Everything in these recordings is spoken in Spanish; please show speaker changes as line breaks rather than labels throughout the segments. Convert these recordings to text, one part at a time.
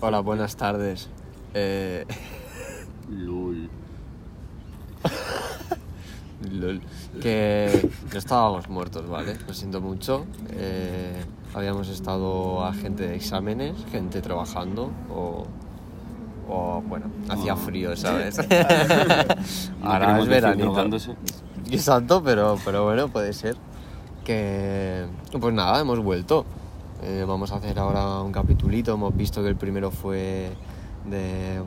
Hola, buenas tardes. Eh,
LOL.
lol. Que no estábamos muertos, ¿vale? Lo siento mucho. Eh, habíamos estado a gente de exámenes, gente trabajando o... o, bueno, hacía frío, ¿sabes? Ahora
queremos
es
decir
veranito.
drogándose.
Exacto, pero, pero bueno, puede ser. Que... Pues nada, hemos vuelto. Eh, vamos a hacer ahora un capitulito. Hemos visto que el primero fue de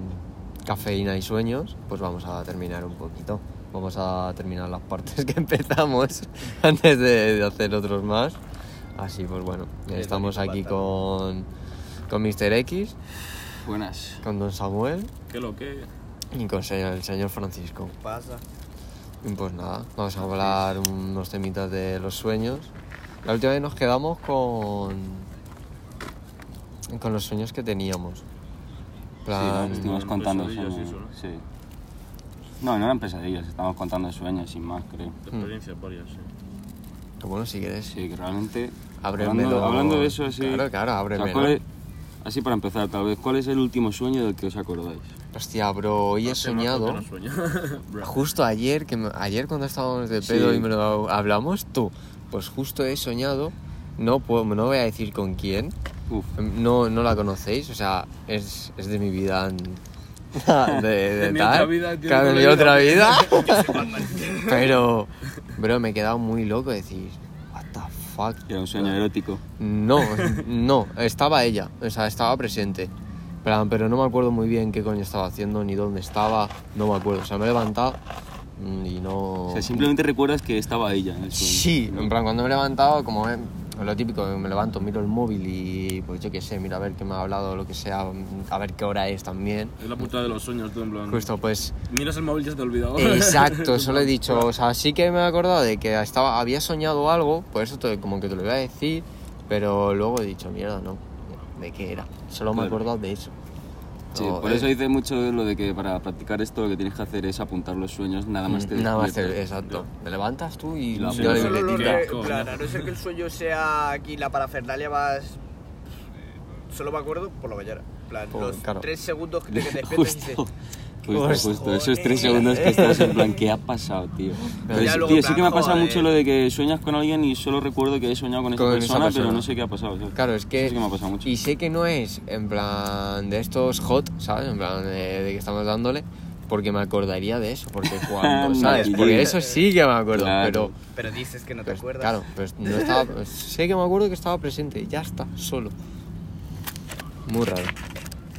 cafeína y sueños. Pues vamos a terminar un poquito. Vamos a terminar las partes que empezamos antes de, de hacer otros más. Así pues bueno,
Es lo
estamos
que
aquí
falta.
con, con Mr. X,
Buenas.
con Don Samuel
¿Qué lo que?
y con se- el señor Francisco.
Pasa.
Y Pues nada, vamos a hablar unos temitas de los sueños. La última vez nos quedamos con. con los sueños que teníamos. Plan,
Estuvimos
Eran
contando
pesadillas y
sueños.
eso, ¿no?
Sí. No, no eran pesadillas, estábamos contando sueños sin más, creo.
De
Hmm.
experiencias varias, sí.
que pues bueno, si quieres.
Sí, que realmente.
Ábremelo.
Hablando, hablando de eso, sí.
Claro, claro, ábremelo.
¿cuál es- así para empezar, tal vez, ¿cuál es el último sueño del que os acordáis?
Hostia, bro, hoy he soñado.
No sueño.
Justo ayer, que me- ayer cuando estábamos de pedo
Sí.
y me lo hablamos, tú. Pues justo he soñado. No, puedo, no voy a decir con quién.
Uf.
No, no la conocéis, o sea, es, es de mi vida. en- De, de
mi
tal.
otra vida, tío, no
Claro, de
lo
mi
digo.
otra vida. Pero, bro, me he quedado muy loco. Decís, what the fuck.
Era un sueño erótico.
No, no, estaba ella, o sea, estaba presente. En plan, Pero no me acuerdo muy bien qué coño estaba haciendo ni dónde estaba, no me acuerdo. O sea, me he levantado mm, y no.
O sea, simplemente recuerdas que estaba ella en el sueño.
Sí, en plan, cuando me he levantado, como es lo típico, me levanto, miro el móvil y pues yo qué sé, miro a ver qué me ha hablado, lo que sea, a ver qué hora es también.
Es la putada de los sueños, tú en plan.
Justo, pues.
Miras el móvil y ya se te ha olvidado.
Exacto, eso lo he dicho. O sea, sí que me he acordado de que estaba, había soñado algo, por eso te- como que te lo iba a decir, pero luego he dicho, mierda, no, ¿de qué era? Solo me he
Claro.
acordado de eso.
Sí,
No,
por
eh,
eso dice mucho lo de que para practicar esto lo que tienes que hacer es apuntar los sueños, nada más te
Nada más, te-
despiertas.
exacto. Te levantas tú y
Y la
yo la
apuntas.
Solo lo
libretita.
re-
Qué asco,
claro,
¿no?
a no ser que el sueño sea aquí la parafernalia vas solo me acuerdo por la mañana. En plan,
Por-
los
claro.
tres segundos de que te despiertas y dices,
Justo, justo, justo. Esos
Joder.
tres segundos que estás en plan, ¿qué ha pasado, tío? Pero
Ya
sí-
luego,
tío,
en
sí que
plan,
me ha pasado
joder.
mucho lo de que sueñas con alguien y solo recuerdo que he soñado con esa,
Con esa
persona,
persona.
pero no sé qué ha pasado. ¿sabes?
Claro, es que.
Eso sí que me ha pasado mucho.
Y sé que no es en plan de estos hot, ¿sabes? En plan de, de que estamos dándole, porque me acordaría de eso, porque cuando, ¿sabes?
Maravilla.
Porque eso sí que me acuerdo,
Claro.
pero.
pero dices que no te
pues,
acuerdas.
claro, pues no estaba. sé que me acuerdo que estaba presente, ya está, solo. Muy raro.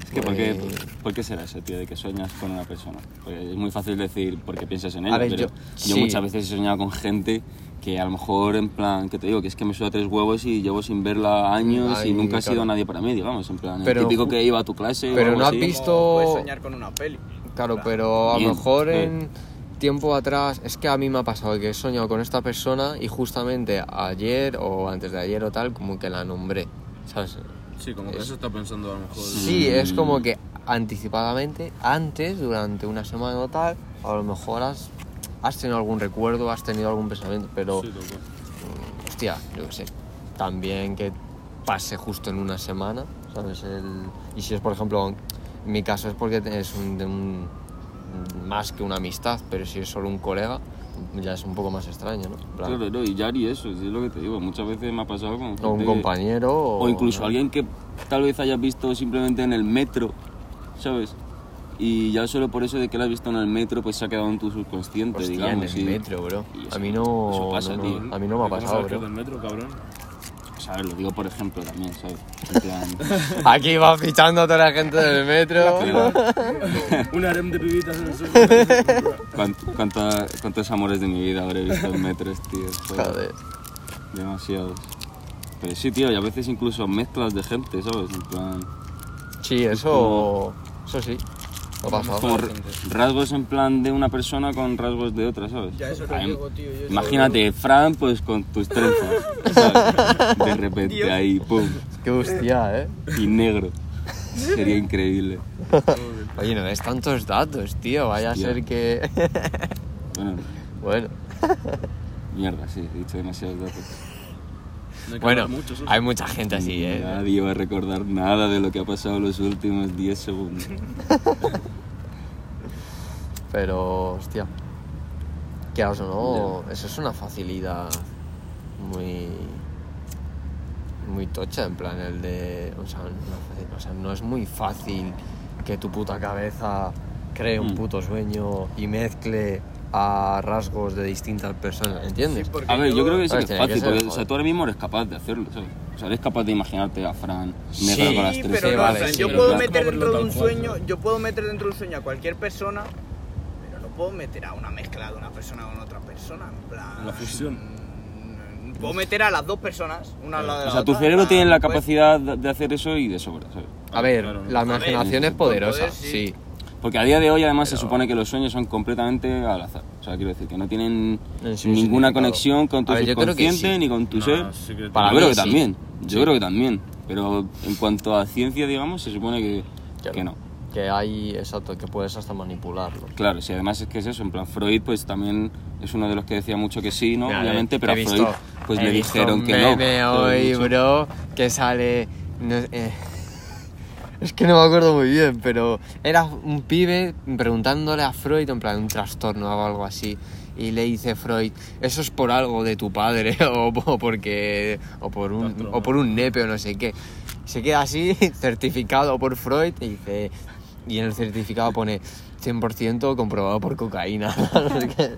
Es que, ¿por qué,
Eh,
por qué será eso, tío, de que sueñas con una persona? Porque es muy fácil decir porque piensas en ella,
A ver,
pero
yo-
yo,
sí.
muchas veces he soñado con gente que a lo mejor, en plan, que te digo, que es que me suda tres huevos y llevo sin verla años
Ay,
y nunca ha
claro.
sido nadie para mí, digamos, en plan,
Pero
el típico
ju-
que iba a tu clase o
pero
algo
no has
así.
visto-
Como puedes soñar con una peli.
Claro, pero a lo
Bien, eh.
mejor
sí.
en tiempo atrás, es que a mí me ha pasado que he soñado con esta persona y justamente ayer o antes de ayer o tal, como que la nombré, ¿sabes?
Sí, como que eso está pensando a lo mejor.
Sí, es como que anticipadamente, antes, durante una semana o tal, a lo mejor has, has tenido algún recuerdo, has tenido algún pensamiento, pero,
Sí, loco.
hostia, yo qué sé, también que pase justo en una semana, ¿sabes? El- y si es, por ejemplo, en mi caso es porque es un- de un- más que una amistad, pero si es solo un colega, ya es un poco más extraño, ¿no? En plan,
Claro, no, y ya haría eso, es lo que te digo, muchas veces me ha pasado con
o un
gente-
compañero o,
O incluso alguien que tal vez hayas visto simplemente en el metro, ¿sabes? Y ya solo por eso de que lo has visto en el metro, pues se ha quedado en tu subconsciente,
Hostia, en
digamos.
el
y-
metro, bro.
y
A
eso-
mí no,
eso pasa,
no,
tío.
no, a mí no me ha
¿Qué pasa
pasado,
que
bro.
del metro, cabrón?
O sea, a ver, lo digo por ejemplo también, ¿sabes? En plan,
Aquí va fichando toda la gente del metro.
pero
Un harem de pibitas en el suelo.
cuánto- cuánta- ¿cuántos amores de mi vida habré visto en metros, tío? Joder,
Joder.
Demasiados. Pero sí, tío, y a veces incluso mezclas de gente, ¿sabes? En plan...
Sí, eso. Eso sí. Lo ha pasado.
Pues Como r- rasgos en plan de una persona con rasgos de otra, ¿sabes?
Ya, eso no
Ay,
llego, tío, yo eso
imagínate, Fran, pues con tus trenzas, ¿sabes? De repente
Dios.
ahí, pum,
Qué hostia, eh.
y negro. Sería increíble.
Oye, no ves tantos datos, tío. Vaya
Hostia.
a ser que.
Bueno,
bueno.
mierda, sí, he dicho demasiados datos.
No hay que
bueno,
hablar mucho, eso sí.
hay mucha gente así, ¿eh?
Nadie va a recordar nada de lo que ha pasado los últimos 10 segundos.
Pero, hostia. Quieras o no, eso es una facilidad muy. muy tocha, en plan, el de. O sea, una faci- o sea, no es muy fácil que tu puta cabeza cree un
Mm.
puto sueño y mezcle a rasgos de distintas personas, ¿entiendes?
Sí, porque
A ver, yo creo que sí
A ver,
que es
tenía que
fácil,
ser,
porque o sea,
joder.
tú ahora mismo eres capaz de hacerlo, ¿sabes? O sea, eres capaz de imaginarte a Fran
Sí,
negro con las
Sí,
tres
pero
Sí,
no,
vale,
o sea,
sí,
yo
pero
puedo
claro.
meter dentro de un
Tal cual,
sueño,
¿no?
yo puedo meter dentro de un sueño a cualquier persona, pero no puedo meter a una mezcla de una persona con otra persona, en plan.
La fusión.
mm, Puedo meter a las dos personas, una al lado de
O
la
sea, tu
otra,
cerebro
en plan,
tiene la
pues,
capacidad de de hacer eso y de sobra, ¿sabes?
A ver,
Claro,
la
a ver,
imaginación es
por poder,
poderosa,
sí.
sí.
Porque a día de hoy, además, se
Pero-
supone que los sueños son completamente al azar. O sea, quiero decir que no tienen
En Eh, sí,
ninguna
significado.
conexión con tu
A ver, yo creo que
subconsciente
sí.
ni con tu
No,
ser.
sí que-
Para
yo
mí
creo que
sí.
también. Yo
Sí.
creo que también. Pero en cuanto a ciencia, digamos, se supone que,
Claro.
que no.
Que hay, exacto, que puedes hasta manipularlo.
Claro, sí, además es que es eso, en plan Freud pues también es uno de los que decía mucho que sí, ¿no?
Mira,
Obviamente,
he
pero a
visto-
Freud pues
he
le
visto
dijeron
un
que no.
meme
pero
hoy,
mucho.
bro, que sale. no- eh, es que no me acuerdo muy bien, pero era un pibe preguntándole a Freud, en plan, un trastorno o algo así. Y le dice Freud, eso es por algo de tu padre, o, po- porque. o por un.
Trastorno.
o por un nepe o no sé qué. Se queda así, certificado por Freud, y dice. Y en el certificado pone 100% comprobado por cocaína. No sé qué.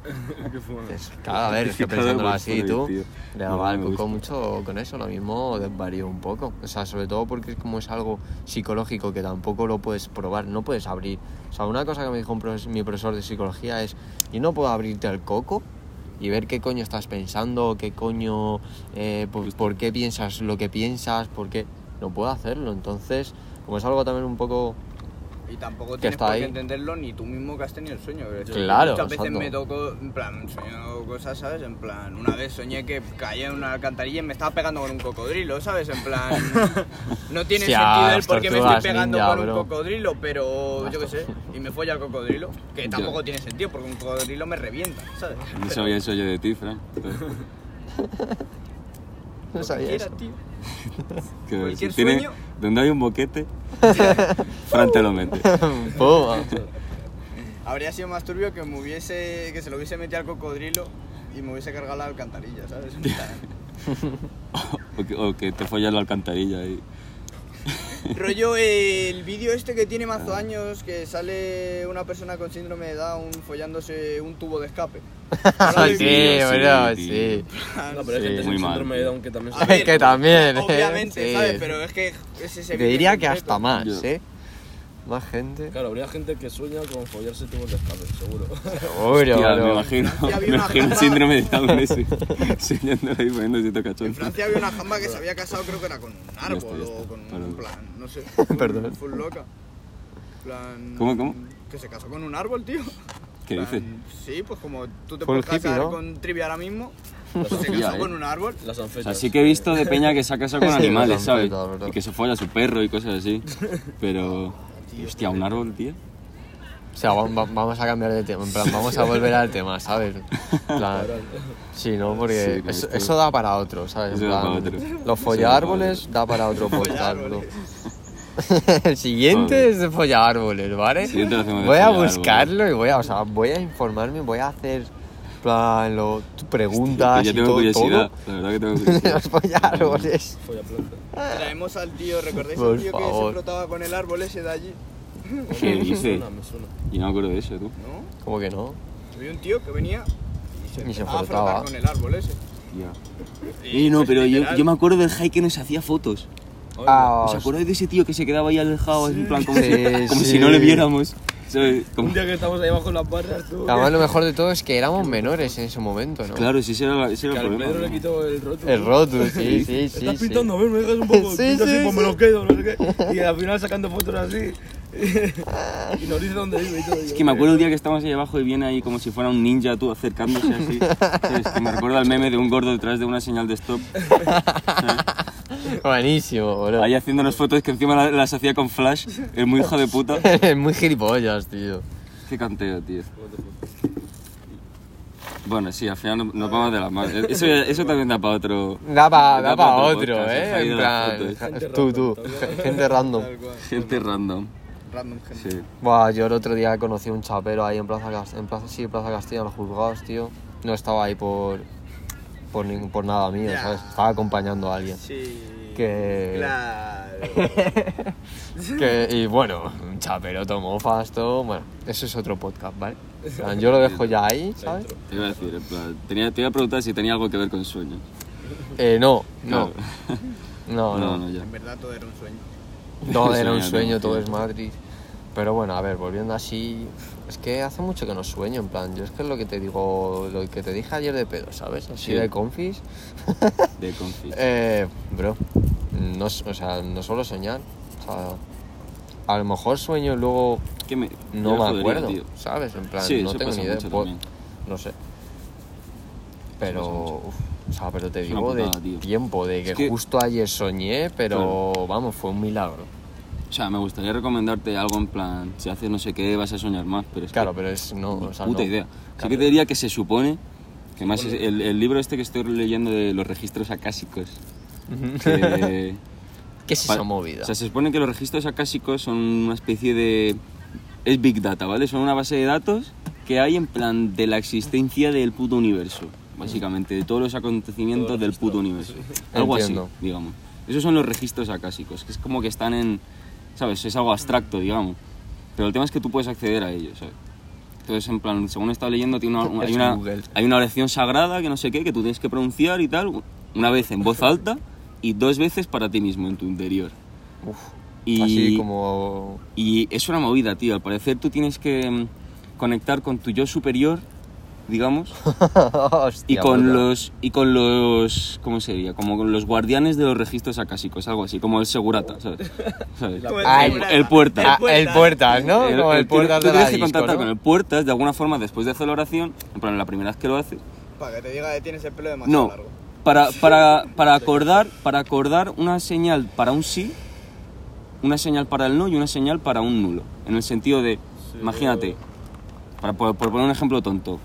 Qué fue.
Entonces, Pues,
Mm.
Claro, a ver, es que
Cada
pensándolo
vez
así,
por ahí,
tú.
pues, tío.
Le
No,
daba al
me
coco
gusta.
mucho con eso, lo mismo desvarió un poco. O sea, sobre todo porque es como es algo psicológico que tampoco lo puedes probar, no puedes abrir. O sea, una cosa que me dijo un profes- mi profesor de psicología es: yo no puedo abrirte el coco y ver qué coño estás pensando, qué coño, eh, por, por qué piensas lo que piensas, por qué. No puedo hacerlo. Entonces, como es algo también un poco.
Y tampoco
que
tienes
está
por
ahí.
qué entenderlo ni tú mismo que has tenido el sueño. quiero decir,
Claro,
Muchas veces
exacto.
me toco, en plan, sueño cosas, ¿sabes? En plan, una vez soñé que caía en una alcantarilla y me estaba pegando con un cocodrilo, ¿sabes? En plan, no tiene
Hostia,
sentido el
las
por qué me estoy
tortugas
pegando
ninja,
con un
bro.
cocodrilo, pero
Las
yo qué sé, y me folla el cocodrilo, que
Ya.
tampoco tiene sentido porque un cocodrilo me revienta, ¿sabes?
No sabía eso yo de ti, Fran. Entonces,
No
Lo que
sabía
quiera,
eso.
tío.
que
Cualquier
si tiene-
sueño.
Donde hay un boquete, Fran te lo mete.
Pum.
Habría sido más turbio que me hubiese, que se lo hubiese metido al cocodrilo y me hubiese cargado la alcantarilla, ¿sabes? En plan,
O que, o que te follas la alcantarilla y...
Rollo eh, el vídeo este que tiene mazo años que sale una persona con síndrome de Down follándose un tubo de escape. Ahora
Sí,
el vídeo,
sí,
bro,
tío.
sí.
plan,
Ah, No, pero hay
Sí,
gente
muy
sin
mal,
síndrome de
tío.
Down que también
A
se-
ver,
que también, ¿eh?
Obviamente,
Sí.
¿sabes? Pero es que es ese
Te
vídeo
diría
en
que hasta
concreto.
más,
Yo-
¿eh? Más gente.
Claro, habría gente que sueña con follarse tubos de escape, seguro.
Seguro,
Hostia, me
bro.
imagino,
había
me
una
imagino el
jamba-
síndrome de Down ese, soñándolo y poniéndose
En
cachón.
Francia había una jamba que se había casado, creo que era con un árbol
está, ya
o
está.
con un
Perdón.
plan, no sé.
Perdón.
Full loca. Plan,
¿Cómo, cómo?
Que se casó con un árbol, tío.
¿Qué
Plan,
dices?
Sí, pues como tú
Full
te puedes casar
hippie, ¿no? Pues
con trivia ahora mismo, pues
Las
se
Ya,
casó
eh.
con un árbol.
Las
O
anfetas.
sea, sí que he visto de peña que se ha casado con
Sí,
animales,
los
¿sabes?
anfetas, la verdad.
Y que se folla a su perro y cosas así. Pero... Hostia, un árbol, tío.
O sea, va- va- vamos a cambiar de tema. En plan, vamos a volver al tema, ¿sabes? En plan, sí, ¿no? Porque
Sí, que
eso,
esto-
eso da para otro, ¿sabes? En
Eso da
plan,
para otro.
Los
Eso da para
follaárboles da para otro portal, bro.
árboles.
El siguiente es de follaárboles, ¿vale?
Siguiente lo hacemos de
Voy a
follaárboles.
buscarlo y voy a, o sea, voy a informarme, voy a hacer en plan, lo, preguntas
Yo
y
pues tengo
todo,
curiosidad,
todo.
la verdad que tengo
de
curiosidad.
los follaárboles.
Follaplanta.
Traemos al tío, ¿recordáis
Por
al tío que
favor.
se frotaba con el árbol ese de allí?
¿Qué
Me
dices?
suena, me suena.
Y no me acuerdo de eso, tú.
¿No?
¿Cómo que no?
Había un tío que venía y se,
Y se
empezaba a
frotaba.
frotar con el árbol ese.
Eh, no,
pues,
pero yo,
literal,
yo me acuerdo del high que nos hacía fotos.
Ay,
Ah,
¿Os acordáis de ese tío que se quedaba ahí alejado, en plan como,
Sí,
si, como
sí.
si no le viéramos? ¿Sabes? Como-
Un día que estamos ahí bajo las barras, tú.
Además, lo mejor de todo es que éramos menores en ese momento, ¿no?
Claro, sí, ese era, ese
Que
era el
al
problema.
Pedro le
¿no?
quitó el roto.
El
¿no?
Rotus, sí, sí, sí.
Estás
sí.
pintando, a ver, me dejas un poco.
Sí,
pinta así,
sí,
pues me
sí.
lo quedo, no sé qué. Y al final sacando fotos así. y nos dice dónde vive y todo.
Es que me acuerdo un día que estábamos ahí abajo y viene ahí como si fuera un ninja tú acercándose así. ¿Sabes? Que me recuerda al meme de un gordo detrás de una señal de stop.
Buenísimo, boludo.
Ahí haciéndonos fotos que encima la- las hacía con flash. Es muy hijo de puta.
Muy gilipollas, tío.
Qué canteo, tío. Bueno, sí, al final no- nos vamos de las manos. Eso, eso también da para otro.
Da para
Da pa' otro
otro,
podcast,
¿eh?
ahí
En
de las fotos.
plan,
Gente
tú,
random,
tú, gente random.
Tal cual.
Gente random.
Random gente.
Sí.
Buah, yo el otro día conocí a un chapero ahí en Plaza Castilla, en Plaza, sí, Plaza Castilla, en los juzgados, tío. No estaba ahí por, por, ningún- por nada mío,
Ya.
¿sabes? Estaba acompañando a alguien.
Sí.
Que-
Claro.
Que- y bueno, un chapero tomó fasto. Bueno, eso es otro podcast, ¿vale? En plan, Yo lo dejo ya ahí, ¿sabes?
Te iba a decir, en plan, tenía, te iba a preguntar si tenía algo que ver con sueños.
Eh, no, no. No,
No, no,
no.
ya.
En verdad todo era un sueño.
Todo era un
Sueño,
sueño,
no,
todo
sí.
es Madrid. Pero bueno, a ver, volviendo así. Es que hace mucho que no sueño, en plan. Yo es que es lo que te digo, lo que te dije ayer de pedo, ¿sabes? Así
Sí.
de confis.
De confi.
Eh, bro, no, s- o sea, no suelo soñar. O sea, a lo mejor sueño y luego
¿Qué me,
no
yo
me
jodería,
acuerdo,
tío.
¿sabes? En plan,
Sí,
no
eso
tengo
pasa
ni idea.
mucho
puedo-
también.
no sé. Pero, uf, o sea, pero te
Es una
digo de
putada, tío.
tiempo, de que,
Es que-
justo ayer soñé, pero vamos, fue un milagro.
O sea, me gustaría recomendarte algo en plan, si haces no sé qué vas a soñar más, pero es que-
Claro, pero es no, o sea,
puta
no.
idea. Sí que te diría que se supone, que más es el, el libro este que estoy leyendo de los registros acásicos. que-
¿Qué es
pa-
esa movida?
O sea, se supone que los registros acásicos son una especie de... Es Big Data, ¿vale? Son una base de datos que hay en plan de la existencia del puto universo, básicamente, de todos los acontecimientos del puto universo. Algo
Entiendo.
así, digamos. Esos son los registros acásicos, que es como que están en... ¿Sabes? Es algo abstracto, digamos. Pero el tema es que tú puedes acceder a ellos, ¿sabes? Entonces, en plan, según está leyendo, tiene una-
Es
hay, una,
Google.
hay una oración sagrada que no sé qué, que tú tienes que pronunciar y tal, una vez en voz alta y dos veces para ti mismo, en tu interior.
Uf,
Y,
Así como...
y es una movida, tío. Al parecer tú tienes que mm, conectar con tu yo superior, digamos, y
Hostia
con
puta.
los y con los ¿cómo sería? Como con los guardianes de los registros acásicos, algo así, como el segurata, ¿sabes? ¿Sabes?
Como el
el,
segurata.
el
Ah,
puerta.
el puertas, ¿no? Como Ah, el,
tú-
puertas
tú
de la
tienes que
disco,
contactar
¿no?
con el puertas de alguna forma después de hacer la oración, en plan la primera vez que lo haces.
Para que te diga que tienes el pelo demasiado
No.
largo.
Para, para, para acordar para acordar una señal para un sí, una señal para el no y una señal para un nulo. En el sentido de, imagínate, para, por, por poner un ejemplo tonto,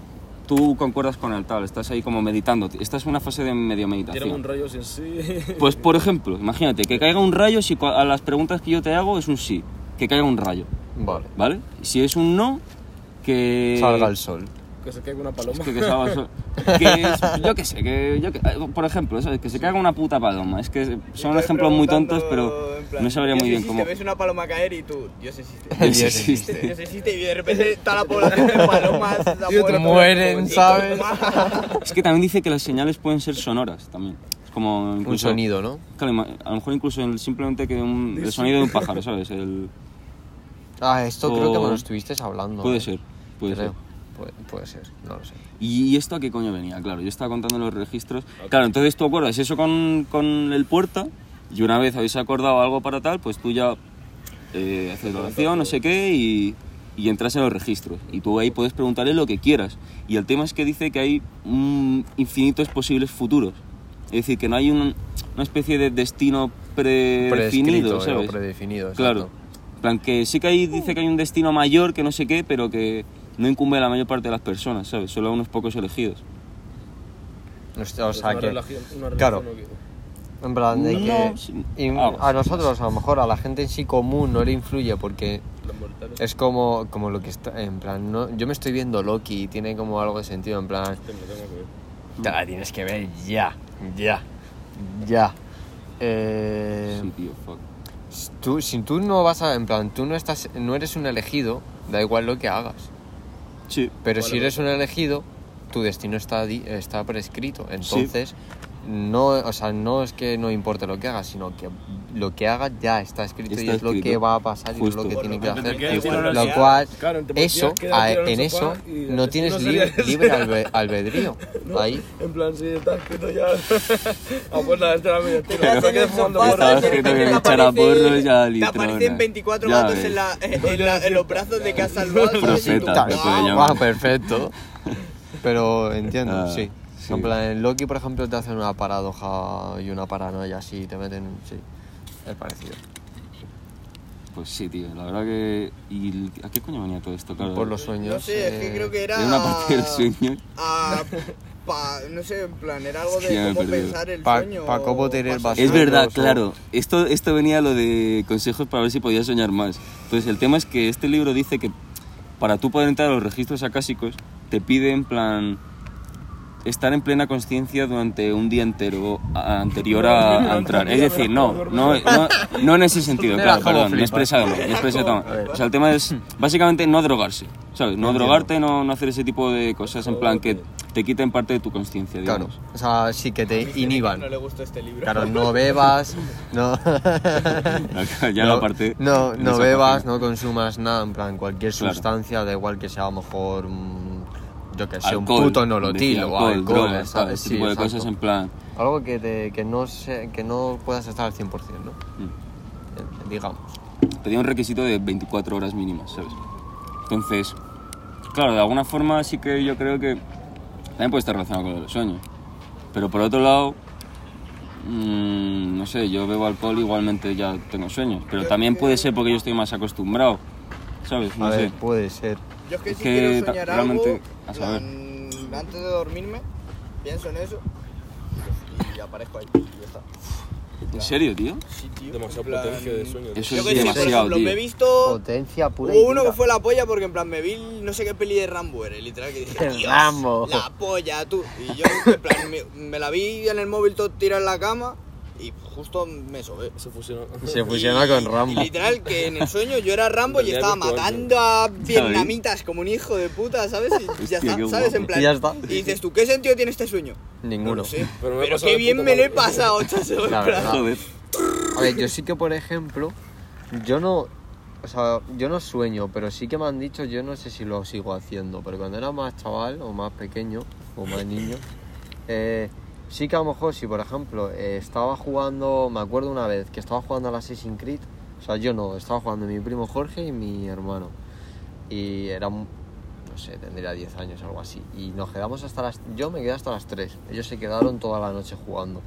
tú concuerdas con el tal, estás ahí como meditando, esta es una fase de medio
Tienen un
meditación.
rollo sin sí.
Pues por ejemplo, imagínate que caiga un rayo si cua- a las preguntas que yo te hago es un sí, que caiga un rayo,
Vale.
¿vale? Si es un no, que
Salga el sol.
Que se caiga una
es
paloma.
que, que se haga so- que es- yo qué sé, que yo que- por ejemplo, ¿sabes? que se caiga una puta paloma. Es que son
Estoy
ejemplos muy tontos,
preguntando,
pero
en plan,
no sabría
Dios
muy bien
existe,
cómo.
Ves una paloma caer y tú, Dios existe.
El
Sí,
Dios
sí,
existe.
Dios existe y de repente está la población de palomas. la
Y otros
muerte,
mueren,
pobrecito.
¿sabes?
Es que también dice que las señales pueden ser sonoras también. Es como
Un
incluso,
sonido, ¿no?
Claro, ima- a lo mejor incluso el- simplemente que un- el sonido de un pájaro, ¿sabes? El,
Ah, esto creo que me
O-
lo estuviste hablando.
puede
¿eh?
ser, puede
Creo.
ser.
Puede, puede ser, no lo sé.
¿Y, y esto a qué coño venía? Claro, yo estaba contando los registros. Claro, entonces tú acuerdas eso con, con el puerta y una vez habéis acordado algo para tal, pues tú ya eh, haces la oración, no sé qué, y, y entras en los registros. Y tú ahí puedes preguntarle lo que quieras. Y el tema es que dice que hay mm, infinitos posibles futuros. Es decir, que no hay un- una especie de destino
Prescrito,
predefinido,
eh,
¿sabes?
o predefinido,
Claro.
exacto.
En plan, que sí que hay, dice que hay un destino mayor que no sé qué, pero que no incumbe a la mayor parte de las personas, ¿sabes? Solo a unos pocos elegidos.
Hostia, O
Es
sea
Pues una
que,
relación- una
claro.
relación o qué.
en plan, de
No,
que
sí,
y
ah,
a nosotros, a lo mejor a la gente en sí común no le influye porque
Los mortales.
es como, como lo que está, en plan, no, yo me estoy viendo Loki y tiene como algo de sentido, en plan,
Te lo tengo que ver.
te la tienes que ver ya, ya, ya. Eh,
Sí, tío, fuck.
tú, si tú no vas a, en plan, tú no, estás, no eres un elegido, da igual lo que hagas.
Sí.
Pero si
Bueno,
eres un elegido, tu destino está, di- está prescrito. Entonces, no, o sea, no es que no importe lo que hagas, sino que lo que hagas ya está escrito y
Está
es lo
escrito.
que va a pasar y es lo
Justo.
que
Por
tiene
lo
que
tanto,
hacer.
te queda igual
Lo
lo que
cual,
hagas. Claro, te podías
eso,
quedar
a-
tirado en
en
el
eso,
sofá y el
no tienes
destino sería
lib-
ese.
libre albe- albedrío. Ahí.
En plan, sí, está escrito ya. Ah, pues nada, este era mi destino.
Estás
Me
en
quedé
el
fumando
sofá,
porros.
Estaba
de repente
escrito que
te
me echara
aparece-
porros ya
Te
litrona.
aparecen 24
Ya
gatos
ves.
en, la, en, la- en los brazos de casa al salvado. ¿sabes? Y tú,
Profeta,
"Guau".
se puede llamar.
Ah, perfecto. Pero entiendo,
Ah,
sí.
sí.
En plan, en Loki, por ejemplo, te hacen una paradoja y una paranoia así, te meten. Sí, es parecido.
Pues sí, tío, la verdad que... ¿Y a qué coño venía todo esto? Claro,
Por los sueños.
No sé, es
eh,
que creo que era.
Era una parte del sueño.
a- pa- no sé, en plan, era algo
Es
de
que ya me he
cómo
perdido.
pensar el
Pa-
sueño.
pa' cómo
o
tener
pasar-
bastante-
Es verdad,
Sueños, o-
claro. Esto, esto venía lo de consejos para ver si podías soñar más. Entonces, el tema es que este libro dice que para tú poder entrar a los registros acásicos, te pide en plan estar en plena conciencia durante un día entero a- anterior a, a entrar. Es decir, no, no, no, no en ese sentido,
Me
claro,
la como
perdón, me he
flipa.
expresado mal, me he expresado mal. O sea, el tema es básicamente no drogarse, ¿sabes? No
Entiendo.
drogarte, no, no hacer ese tipo de cosas en plan que te quiten parte de tu conciencia,
Claro,
digamos.
o sea, sí que te inhiban.
No le gustó este libro.
Claro, no bebas, no...
Ya
no,
la parte...
No,
en
no
esa
bebas,
página.
no consumas nada, en plan, cualquier
Claro.
sustancia, da igual que sea a lo mejor, mm, yo que sé,
alcohol,
un puto nolotil
decía,
o alcohol,
drogas, tal,
¿sabes?
ese
Sí,
tipo de
exacto.
cosas en plan.
Algo que, te- que, no se- que no puedas estar al 100%, ¿no?
Mm.
Eh, Digamos.
Pedía un requisito de 24 horas mínimas, ¿sabes? Entonces, claro, de alguna forma sí que yo creo que también puede estar relacionado con el sueño. Pero por otro lado, mm, no sé, yo bebo alcohol igualmente ya tengo sueños. Pero también puede ser porque yo estoy más acostumbrado, ¿sabes?
A
No
ver,
sé.
puede ser.
Yo es que
Es
si
que
quiero
ta-
soñar
realmente,
algo,
a saber.
plan, antes de dormirme, pienso en eso y aparezco ahí. y ya está.
¿En serio, tío?
Sí, tío,
Demasiado
en plan-
potencia de sueño. tío.
Eso
Yo
es
que sé, por
demasiado,
ejemplo,
tío.
me he visto.
Potencia pura
Hubo uno que fue la polla porque en plan me vi no sé qué peli de Rambo era, literal que dije,
El
"Dios,
Rambo".
la polla tú. Y yo en plan me, me la vi en el móvil todo tirada en la cama y justo me sobé.
Se fusionó.
Se fusiona con Rambo.
Y literal que en el sueño yo era Rambo y
Realidad
estaba
virtual,
matando a vietnamitas como un hijo de puta, ¿sabes? Y ya
Hostia, qué
está,
guapo.
¿sabes? En plan.
Y ya está.
Y dices tú, ¿qué sentido tiene este sueño? No
Ninguno.
lo sé.
Pero me ha
Pero,
pasado
qué
de
bien
puta
me lo he
madre.
pasado, chacho. en
La
plan.
verdad.
Joder.
A ver, yo sí que, por ejemplo, yo no. O sea, yo no sueño, pero sí que me han dicho, yo no sé si lo sigo haciendo, pero cuando era más chaval o más pequeño o más niño, eh, sí que a lo mejor, si por ejemplo eh, estaba jugando, me acuerdo una vez que estaba jugando a la Assassin's Creed, o sea, yo no, estaba jugando mi primo Jorge y mi hermano, y era, un- no sé, tendría 10 años algo así, y nos quedamos hasta las, yo me quedé hasta las 3, ellos se quedaron toda la noche jugando.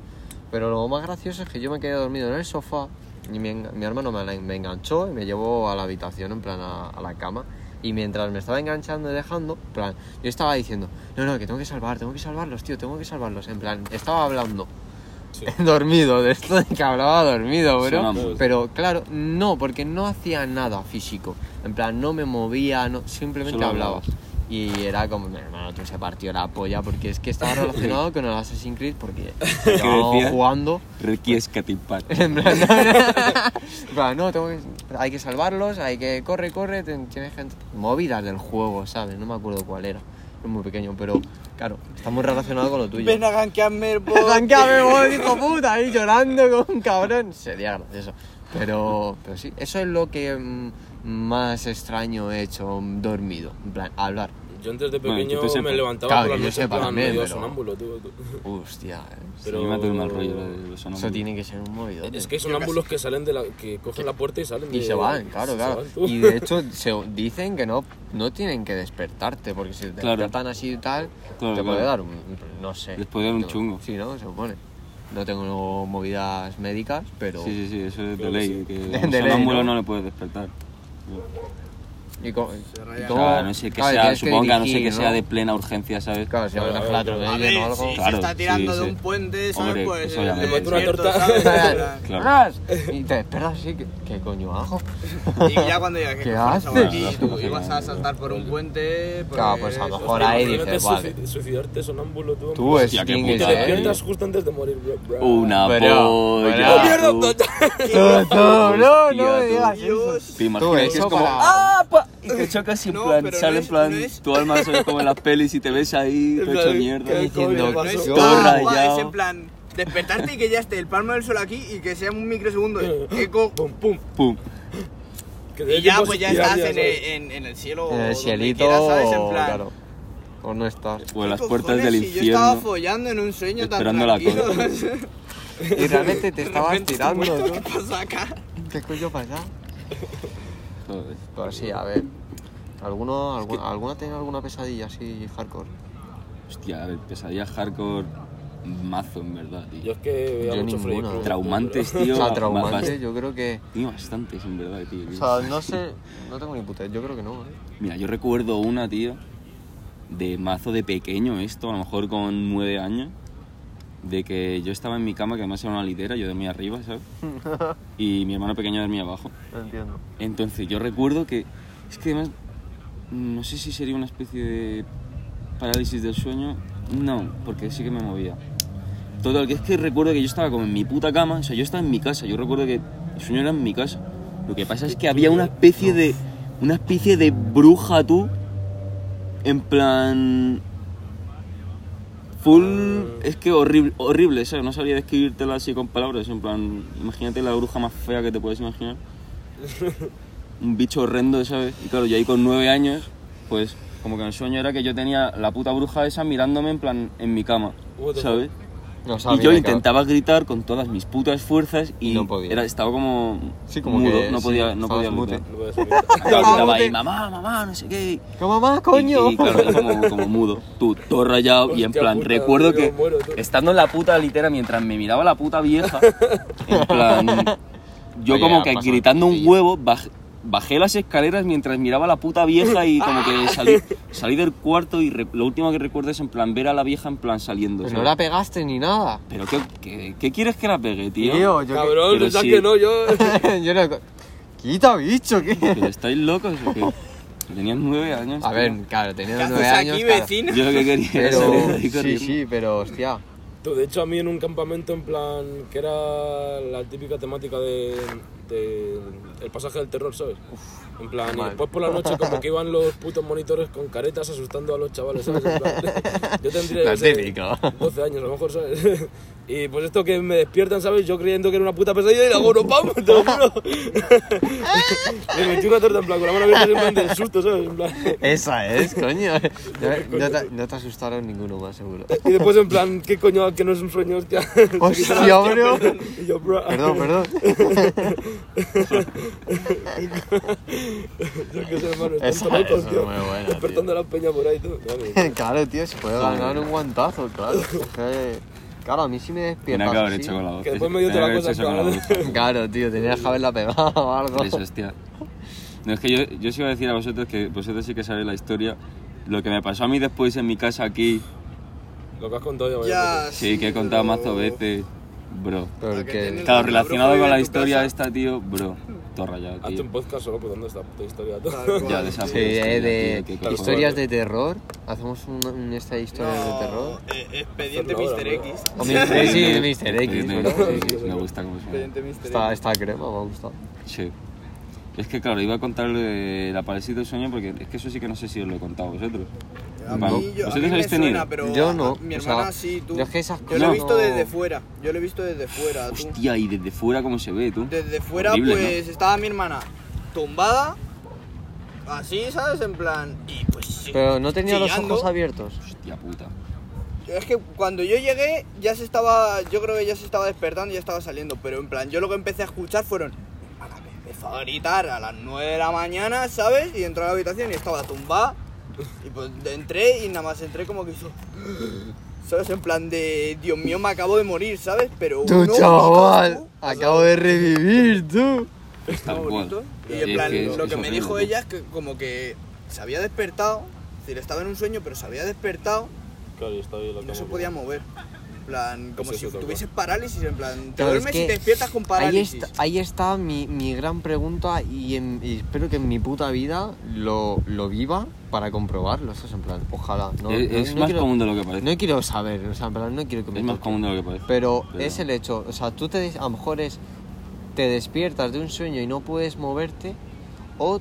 Pero lo más gracioso es que yo me quedé dormido en el sofá y mi, en- mi hermano me, la- me enganchó y me llevó a la habitación, en plan a, a la cama. Y mientras me estaba enganchando y dejando, en plan, yo estaba diciendo, no, no, que tengo que salvar, tengo que salvarlos, tío, tengo que salvarlos. En plan, estaba hablando. dormido, de esto de que hablaba dormido, bro.
Sonámbulo.
Pero claro, no, porque no hacía nada físico. En plan, no me movía, no, simplemente
Solo
hablaba.
hablabas.
Y era como, mi hermano, tú se partió la polla, porque es que estaba relacionado con el Assassin's Creed, porque
decía?
estábamos jugando.
Requies Catipat.
En plan, en plan, no, tengo que- hay que salvarlos, hay que corre, corre, ten- tienes gente movidas del juego, ¿sabes? No me acuerdo cuál era, es muy pequeño, pero claro, está muy relacionado con lo tuyo.
Ven a gankearme, bo-
Arrancame, voy, hijo puta, ahí llorando con un cabrón. Sería gracioso. Pero, pero sí, eso es lo que mm, más extraño he hecho mm, dormido. En plan, hablar.
Yo antes de
Bueno, que
pequeño
tú sepas.
me levantaba
Claro,
por la
que yo
noche en
sepa
plan
también,
medio
pero-
sonámbulo, tío, tú.
Hostia, eh.
Pero...
Pero-
Sí, me ha tenido mal rollo lo de los
Eso
sonámbulos.
tiene que ser un movidón.
Es que hay sonámbulos que salen de la... que cogen la puerta y salen
Y
de-
se van, claro,
se
claro.
van, tú.
Y de hecho se dicen que no, no tienen que despertarte, porque si te
Claro.
despiertan así y tal,
Claro,
te puede
claro.
dar un, no sé.
Les puede dar un chungo.
Sí, ¿no? Se supone. No tengo movidas médicas, pero...
Sí, sí, sí, eso es de
Creo que
ley.
sí.
Que
De
un
ley,
sonámbulo
¿no?
¿no? le puedes despertar.
¿Y co- y cómo-
Claro, a no sé que
claro,
sea,
tienes
supongo que a no
dirigir,
sé que sea de plena urgencia, ¿sabes?
Claro, si
Claro,
hablas la
claro.
A
atropellen
ver,
o algo.
si
Claro,
se está tirando
sí,
de
sí.
un puente, ¿sabes?
Hombre,
pues
eso
el
ya me-
desierto,
Una torta.
¿sabes? En
Claro.
¡Ras! Y te esperas así, ¿qué, qué coño hago?
plan, Y ya cuando digas que
¿Qué
cojones hago
haces?
aquí,
Claro,
tú
lógico,
ibas a
lógico.
saltar por un puente, pues...
Claro, pues a lo mejor
Hostia,
ahí
imagínate
dices,
suici-
vale.
Suicidarte sonámbulo, tú. en
Tú
plan-
es
Hostia, qué
Sting,
Y te
puta,
¿eh?
despiertas justo antes de morir, bro. bro.
Una
Pero-
polla.
pero-
tú.
¡Mierda!
Tú, tú, no, no me
Hostia, tú.
digas
Dios.
Tú,
Te imaginas que es
eso
como...
para-
¡Ah! pa! Y te chocas y en
No,
plan,
pero
sale
no
en
es-
plan,
no es-
tu alma se como en las pelis y te ves ahí, todo hecho
plan,
mierda.
¿qué
diciendo,
coño
No
pasó?
es
Yo-
tan
rayado.
guay, es en plan... Despertarte y que ya esté el palmo del sol aquí y que sea un microsegundo. de eco,
Pum, pum.
¡Pum!
Que te dé
Y ya,
tiempo
pues
a
ya
suspirar,
estás en,
¿sabes?
en, en el cielo.
En el
donde
cielito
quieras, ¿sabes? En
o...
plan,
Claro. O no estás.
O en las
¿qué
puertas
cojones?
del
Si Yo estaba
infierno.
follando en un sueño tan
Esperando la
tranquilo.
cola.
Y realmente te estabas tirando,
¿Qué
¿no?
pasa acá?
¿Qué coño pasa?
Joder.
Pero sí, a ver. ¿Alguno, alguna, ¿Alguna ha tenido alguna pesadilla así hardcore?
Hostia, a ver, pesadillas hardcore... mazo, en verdad, tío.
Yo es que veía
Yo
mucho Freddy
ninguna.
Krueger,
Traumantes,
pero-
tío.
O sea,
ba-
traumante,
bast-
yo creo que...
Tío, bastantes, en verdad, tío.
O sea, no sé, no tengo ni puta, yo creo que no, ¿eh?
Mira, yo recuerdo una, tío, de mazo de pequeño esto, a lo mejor con nueve años, de que yo estaba en mi cama, que además era una litera, yo dormía arriba, ¿sabes? Y mi hermano pequeño dormía abajo.
No entiendo.
Entonces yo recuerdo que, es que además, no sé si sería una especie de parálisis del sueño, no, porque sí que me movía. Total, que es que recuerdo que yo estaba como en mi puta cama, o sea, yo estaba en mi casa, yo recuerdo que el sueño era en mi casa. Lo que pasa es que había una especie de, una especie de bruja tú, en plan... Full, es que horrible, horrible, ¿sabes? No sabría describírtela así con palabras, en plan, imagínate la bruja más fea que te puedes imaginar un bicho horrendo, ¿sabes? Y claro, yo ahí con nueve años, pues como que el sueño era que yo tenía la puta bruja esa mirándome en plan en mi cama,
What the
¿sabes?
No, o sea,
Y yo
mira,
intentaba gritar con todas mis putas fuerzas y
No podía.
Era, estaba como,
Sí, como
mudo,
que
no
sí,
podía, no podía
estabas mute.
gritar.
No voy a salir.
Yo gritaba
mute.
ahí, mamá, mamá, no sé qué.
cabrón. ¡Que mamá, coño!
Y, y claro, yo como, como mudo, tú, todo rayado y en
Hostia
plan,
puta,
recuerdo
yo
que
muero, tú.
estando en la puta litera mientras me miraba la puta vieja, en plan, yo
Oye,
como
ha
que
pasado
gritando un
tiempo.
huevo, baj- bajé las escaleras mientras miraba a la puta vieja y como que salí, salí del cuarto y re- lo último que recuerdo es en plan ver a la vieja en plan saliendo.
Pues no
¿sabes?
la pegaste ni nada.
Pero qué, qué, qué quieres que la pegue, tío?
Tío, yo...
Cabrón,
pero
no
sí.
que no, yo.
que- yo no... Quita, bicho, ¿qué?
¿Pero ¿Estáis locos o qué? Tenías nueve años.
A
tío.
ver, claro, teniendo
¿Qué
nueve
haces
años...
aquí,
claro.
vecino?
Yo lo que quería era salir de
Pero...
ahí
Sí,
corriendo.
sí, pero hostia.
Tú, de hecho, a mí en un campamento, en plan, que era la típica temática de, de- el pasaje del terror, ¿sabes? en plan, y
mal.
después por la noche, como que iban los putos monitores con caretas asustando a los chavales, ¿sabes? En plan, yo tendría
La
no sé,
típica.
12 años, a lo mejor, ¿sabes? y pues esto que me despiertan, ¿sabes? Yo creyendo que era una puta pesadilla y luego no vamos, te lo juro. me metí una torta en plan, con la mano abierta, en plan del susto, ¿sabes? En plan.
Esa es, coño. No, no te, no te asustaron ninguno más, seguro.
Y después en plan, ¿qué coño? Que no es un sueño, hostia.
Hostia, bro.
Y yo, bro.
Perdón, perdón.
Yo qué sé, hermano,
Esa-
están tan locos,
esa
tío.
es muy buena, tío.
Despertando a la peña por ahí, tú. No, hombre,
Claro, tío, se puede ganar un guantazo, claro. Es que- Claro, a mí sí me
Tenía
despiertas
que haber
así.
hecho con la voz.
Que después me dio otra
Tenía que haber
cosa,
hecho eso con la
cabrón.
voz.
Claro, tío, tenías que haberla pegado o algo.
Pues, hostia. No, es que yo, yo os iba a decir a vosotros que vosotros sí que sabéis la historia. Lo que me pasó a mí después en mi casa aquí,
Lo que has contado ya,
Ya,
vaya.
sí, que he contado mazo
este
veces, bro.
Porque...
Claro,
La
relacionado
bruja
con
vive
la
en tu
historia
casa.
esta, tío, bro. Todo rayado,
Hazte
tío.
un podcast solo pues, contando esta puta historia, tú.
Tal cual.
Ya, de esa
Sí,
puta historia,
eh, de
tío, qué cojones.
historias de terror. Hacemos una, un- esta de historias de este terror.
eh, expediente
Hacerlo ahora,
Mr.
bro.
X.
O Mr. X,
Sí,
Mr. X,
sí,
bro.
sí, sí, Me gusta cómo suena.
Expediente Mr. X.
Esta, esta crema me ha gustado.
Sí. Es que, claro, iba a contarle la parecida del sueño porque es que eso sí que no sé si os lo he contado a vosotros.
A
Vamos.
mí, yo, a mí
¿Vosotros
me
habéis tenido?
suena, pero
Yo
a-
no,
mi
o sea,
hermana sí, tú.
yo es que esas
Yo lo he
cosas
visto
no-
desde fuera. Yo lo he visto desde fuera, tú.
Hostia, y desde fuera cómo se ve, tú.
Desde fuera,
Horrible,
pues estaba mi hermana tumbada, así, ¿sabes? En plan. Y pues.
Pero no tenía los
chillando.
ojos abiertos.
Hostia puta.
Es que cuando yo llegué, ya se estaba. Yo creo que ya se estaba despertando y ya estaba saliendo. Pero en plan, yo lo que empecé a escuchar fueron. Empezó a gritar a las 9 de la mañana, ¿sabes? Y entró a la habitación y estaba tumbada. Y pues entré y nada más entré como que hizo. ¿Sabes? En plan de. Dios mío, me acabo de morir, ¿sabes? Pero.
¡Tú,
no,
chaval!
¿no?
Acabo de revivir, tú.
Tal
Muy
cual.
bonito. Y
Sí,
en
es
plan,
que es-
lo
es
que me
horrible,
dijo
tú.
ella es que como que se había despertado, es decir, estaba en un sueño, pero se había despertado
Claro, y está ahí la
y no
cama,
se
tú.
podía mover. En plan, como
Pues
si
eso, tal
tuviese parálisis, en plan, te
Claro, es
duermes
que
y te despiertas con
Ahí
parálisis.
está, ahí está mi, mi gran pregunta y, en- y espero que en mi puta vida lo, lo viva para comprobarlo. Eso es en plan, ojalá. No,
es
no-
es
no
más
quiero,
común de lo que parece.
No quiero saber, o sea, en plan, no quiero que me
es más
toque.
común de lo que parece.
Pero,
Pero-
es el hecho, o sea, tú te, des- a lo mejor es, te despiertas de un sueño y no puedes moverte, o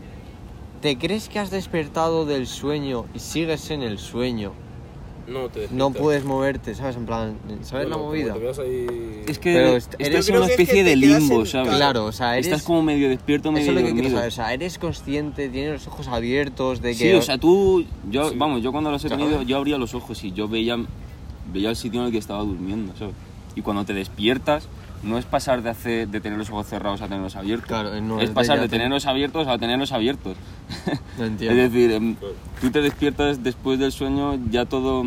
te crees que has despertado del sueño y sigues en el sueño,
No, te despiertas.
no puedes moverte, ¿sabes? En plan, ¿sabes
Bueno,
la
como
movida?
Te veas ahí...
Es que
Pero est-
estás
eres-
en
Yo
una
creo que es
especie
que
de
te quedas
limbo,
en-
¿sabes?
Claro, o sea, eres...
Estás como medio despierto, medio
Eso es lo que quiero
dormido.
saber, o sea, eres consciente, tienes los ojos abiertos de que...
sí, o sea, tú, yo,
Sí.
vamos, yo cuando los he
Claro.
tenido, yo abría los ojos y yo veía, veía el sitio en el que estaba durmiendo, ¿sabes? Y cuando te despiertas, no es pasar de hacer, de tener los ojos cerrados a tenerlos abiertos.
Claro, eh, no, es
es
de
pasar
ya
de
te-
tenerlos abiertos a tenerlos abiertos.
No
Es
entiendo.
decir, em, tú te despiertas después del sueño, ya todo.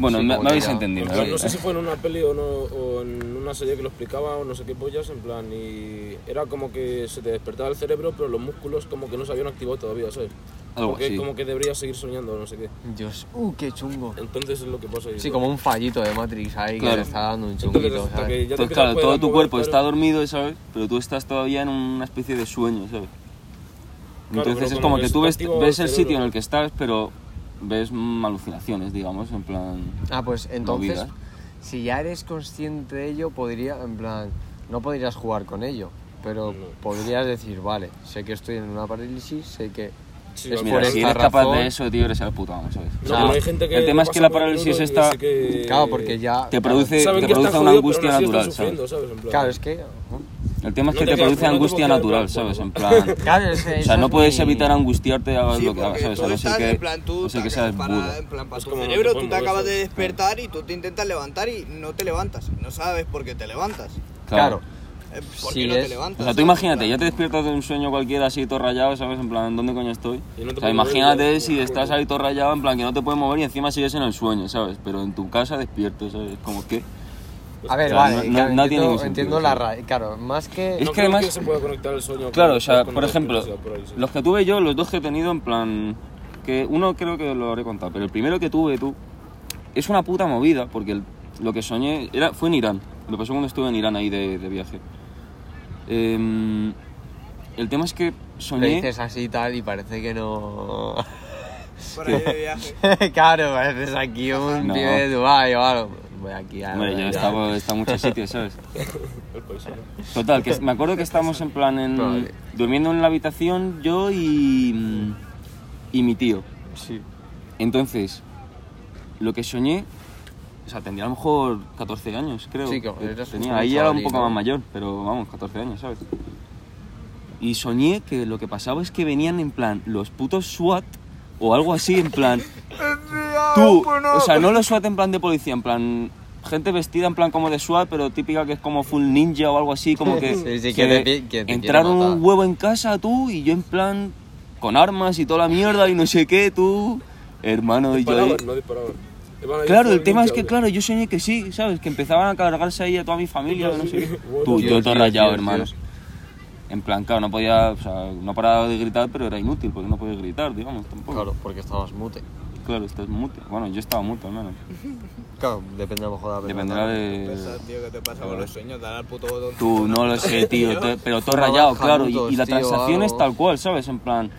Bueno,
Sí,
me,
como
me
que
habéis
ya-
entendido.
Porque
¿no?
no sé si fue en una peli o, no, o en una serie que lo explicaba o no sé qué pollas, en plan, y era como que se te despertaba el cerebro, pero los músculos como que no se habían activado todavía, ¿sabes?
Algo
Porque
así.
como que deberías seguir soñando o no sé qué.
Dios, uh, qué chungo.
Entonces es lo que pasa. ahí,
Sí,
¿no?
como un fallito de Matrix ahí que
Claro.
le está dando un
Entonces,
chunguito,
hasta
¿sabes?
que ya te
Entonces,
empiezas a
claro,
poder
todo tu
mover,
cuerpo
claro.
está dormido, ¿sabes? Pero tú estás todavía en una especie de sueño, ¿sabes?
Claro,
Entonces
pero
es
como
como
que
que
se
tú
te
ves,
activa
ves
el
el sitio
cerebro.
en el que estás, pero ves mm, alucinaciones, digamos, en plan...
Ah, pues entonces,
Movidas.
si ya eres consciente de ello, podría, en plan, no podrías jugar con ello, pero podrías decir, vale, sé que estoy en una parálisis, sé que
Sí,
es
vamos,
por
Mira, si
esta
eres capaz
razón.
de eso, tío, eres el puto amo, ¿sabes?
No,
O sea,
pero hay gente que
el tema es que
pasa
la
por el
parálisis
minuto y
está...
dice que-
Claro, porque ya...
Te produce,
Saben
te
que
produce
están
una
jodidos,
angustia
pero aún así están
natural, ¿sabes?
sufriendo, ¿sabes? En plan,
Claro, es que...
El tema es
No
que te
te quedas-
produce
no te
angustia
puedes quedar
natural,
blanco,
¿sabes?
¿no?
En plan...
Claro, es,
O sea, no puedes evitar angustiarte, hagas
Sí,
lo que hagas, ¿sabes?
porque
A
tú
Ah, no ser
estás
que,
en plan,
a
tú
no ser que
te
seas
acabas
burro.
para, en plan, para
Es
tu
como no te
cerebro,
puedes
tú te
mover,
acabas de
¿sabes?
despertar y tú te intentas levantar y no te levantas. No sabes por qué te levantas.
Claro.
Eh, ¿Por
Sí,
qué no
es-
te levantas?
O sea, tú imagínate, ya te despiertas de un sueño cualquiera así todo rayado, ¿sabes? En plan, ¿dónde coño estoy?
Y
o sea,
no te puedes mover,
imagínate
ya.
si estás ahí todo rayado, en plan, que no te puedes mover y encima sigues en el sueño, ¿sabes? Pero en tu casa despierto, ¿sabes? Como que...
A ver,
O sea,
vale,
no-
claro,
no- no tiene
entiendo,
ningún
entiendo
sentido,
la
sí.
raíz, claro, más que...
No
Es que
creo
además-
se pueda conectar el sueño.
Claro,
con-
o sea,
con
por
la
ejemplo,
electricidad por ahí, sí.
los que tuve yo, los dos que he tenido, en plan, que uno creo que lo habré contado, pero el primero que tuve tú, es una puta movida, porque el- lo que soñé era, fue en Irán, lo pasó cuando estuve en Irán ahí de, de viaje. Em, el tema es que
Le
soñé...
dices así y tal y parece que no...
Por ahí de viaje.
claro, pareces aquí un
No.
pibe de Dubái o algo. Voy aquí a...
Hombre, yo he estado, he estado en muchos sitios, ¿sabes?
El paisano.
Total, que me acuerdo que estábamos en plan en...
Vale.
Durmiendo en la habitación yo y... Y mi tío.
Sí.
Entonces, lo que soñé, o sea, tendría a lo mejor 14 años, creo.
Sí, que eras un
tenía, ahí era un
chavalín,
poco
¿no?
más mayor, pero vamos, 14 años, ¿sabes? Y soñé que lo que pasaba es que venían en plan los putos SWAT o algo así, en plan. Tú,
pues,
o sea, eh, no los SWAT en plan de policía, en plan. Gente vestida en plan como de SWAT, pero típica que es como full ninja o algo así, como que.
Sí, sí, que te pi- que te quiere
entraron
matar.
un huevo en casa tú y yo en plan. con armas y toda la mierda y no sé qué, tú. Hermano, y yo. ahí-
Disparaban, no disparaban. Iban ahí
Claro,
con
el tema es
ninja,
que,
¿o qué?
claro, yo soñé que sí, ¿sabes? Que empezaban a cargarse ahí a toda mi familia, no sé qué. Tú,
Dios,
yo todo
Dios,
rayado,
Dios,
hermano.
Dios.
En plan, claro, no podía, o sea, no paraba de gritar, pero era inútil, porque no podía gritar, digamos, tampoco.
Claro, porque estabas mute.
Claro, estás mute. Bueno, yo estaba mute, al menos.
Claro, depende a lo mejor de la persona.
Dependerá de...
Pesas, tío, ¿qué te pasa con los sueños? Dar al puto botón.
Tú, no lo sé, tío, te- pero todo
Fumaba
rayado, claro, y, y
jalutos,
la
tío,
transacción es
algo.
tal cual, ¿sabes? En plan,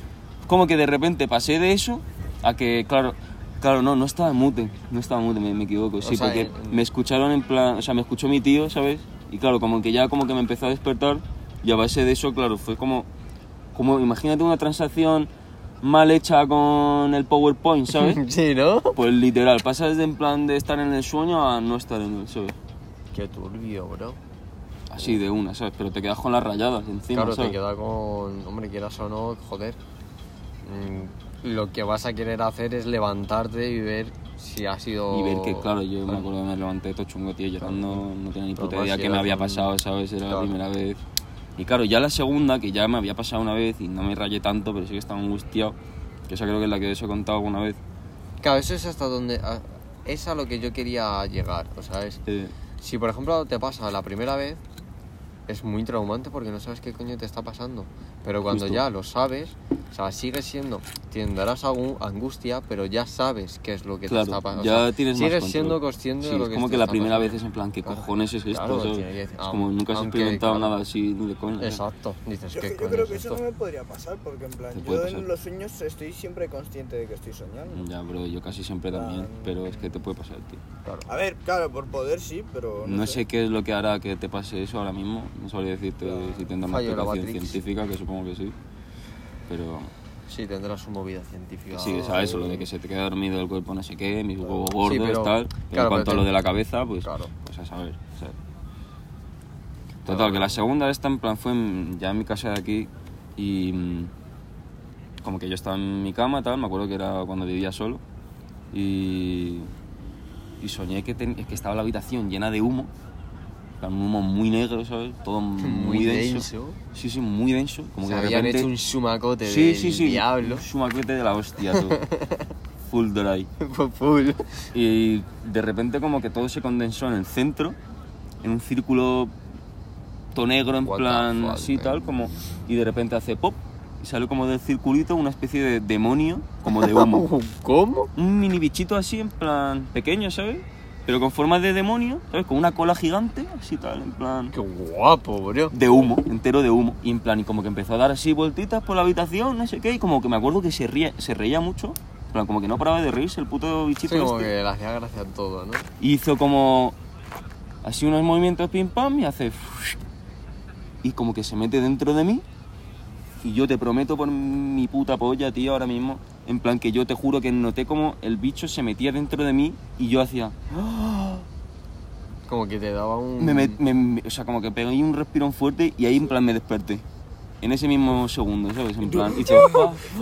como que de repente pasé de eso a que, claro, claro, no, no estaba en mute, no estaba en mute, me, me equivoco, sí,
sea,
porque
eh,
me escucharon en plan, o sea, me escuchó mi tío, ¿sabes? Y claro, como que ya como que me empezó a despertar y a base de eso, claro, fue como, como imagínate una transacción mal hecha con el PowerPoint, ¿sabes?
Sí, ¿no?
Pues literal, pasas de en plan de estar en el sueño a no estar en él, ¿sabes?
Qué turbio, bro.
Así de una, ¿sabes? Pero te quedas con las rayadas encima,
claro,
¿sabes?
te queda con. Hombre, quieras o no, joder. Mm, Lo que vas a querer hacer es levantarte y ver si ha sido.
Y ver que, claro, yo me acuerdo que me levanté todo chungo, tío, llorando, no tenía ni
Pero
puta
más
idea
si
qué me
eras
había
un-
pasado, ¿sabes? Era
Claro.
la primera vez. Y claro, ya la segunda, que ya me había pasado una vez y no me rayé tanto, pero sí que estaba angustiado, que esa creo que es la que os he contado alguna vez.
Claro, eso es hasta donde. a- Es a lo que yo quería llegar, o sea, es.
Eh,
Si por ejemplo te pasa la primera vez, es muy traumante porque no sabes qué coño te está pasando. Pero cuando
Justo.
ya lo sabes, o sea, sigue siendo, tendrás algún angustia, pero ya sabes qué es lo que te está
claro,
pasando.
ya tienes más
Sigues
control.
siendo consciente
Sí,
de lo
es
que
como
te
que la
está
primera
pasando.
vez es en plan, ¿qué
Claro.
cojones es esto?
Claro,
¿sabes?
tiene que decir,
Es
ah,
como nunca has
aunque,
experimentado
claro.
nada así, ni de coña. ¿sabes?
Exacto, dices
Yo,
que
yo creo que eso no me podría pasar porque en
Te
plan,
puede
yo
pasar. Mm.
en los sueños estoy siempre consciente de que estoy soñando.
Ya, bro, yo casi siempre también, pero es que te puede pasar, tío.
A ver, claro, por poder sí, pero no,
No sé qué es lo que hará que te pase eso ahora mismo. No sabría decirte si tendrá una
Fallo de la
explicación
Matrix.
científica, que supongo que sí. Pero
Sí, tendrás su movida científica.
sí, ¿sabes? Lo de que se te queda dormido el cuerpo, no sé qué, mis huevos
Sí,
gordos,
pero-
tal. Pero
claro,
en cuanto
pero
a
te-
lo de la cabeza, pues,
Claro.
pues a saber. ¿sabes? Total, que la segunda esta en plan fue en- ya en mi casa de aquí y mm, como que yo estaba en mi cama, tal, me acuerdo que era cuando vivía solo y, y soñé que, ten- que estaba la habitación llena de humo, en plan, un humo muy negro, ¿sabes? Todo muy, denso. Sí, sí, muy denso. Como
Como que
que de
habían
repente...
hecho un sumacote
Sí,
del
sí, sí.
diablo.
Un sumaquete de la hostia, tú. full dry.
Fue full.
Y de repente como que todo se condensó en el centro, en un círculo todo negro, en
What the
plan
fuck,
así
man.
tal, como... Y de repente hace pop y sale como del circulito una especie de demonio, como de humo.
¿Cómo?
un mini bichito así, en plan pequeño, ¿sabes? Pero con forma de demonio, ¿sabes? Con una cola gigante, así tal, en plan...
Qué guapo, bro.
De humo, entero de humo. Y en plan, y como que empezó a dar así vueltitas por la habitación, no sé qué, y como que me acuerdo que se, ría, se reía mucho. En plan, como que no paraba de reírse el puto
Sí,
bichito.
como
este.
que le hacía gracia a todo, ¿no?
hizo como así unos movimientos pim pam y hace y como que se mete dentro de mí y yo te prometo por mi puta polla tío ahora mismo en plan que yo te juro que noté como el bicho se metía dentro de mí y yo hacía
Como que te daba un...
me met- me- me- o sea como que pegué un respirón fuerte y ahí en plan me desperté en ese mismo segundo sabes en plan hice,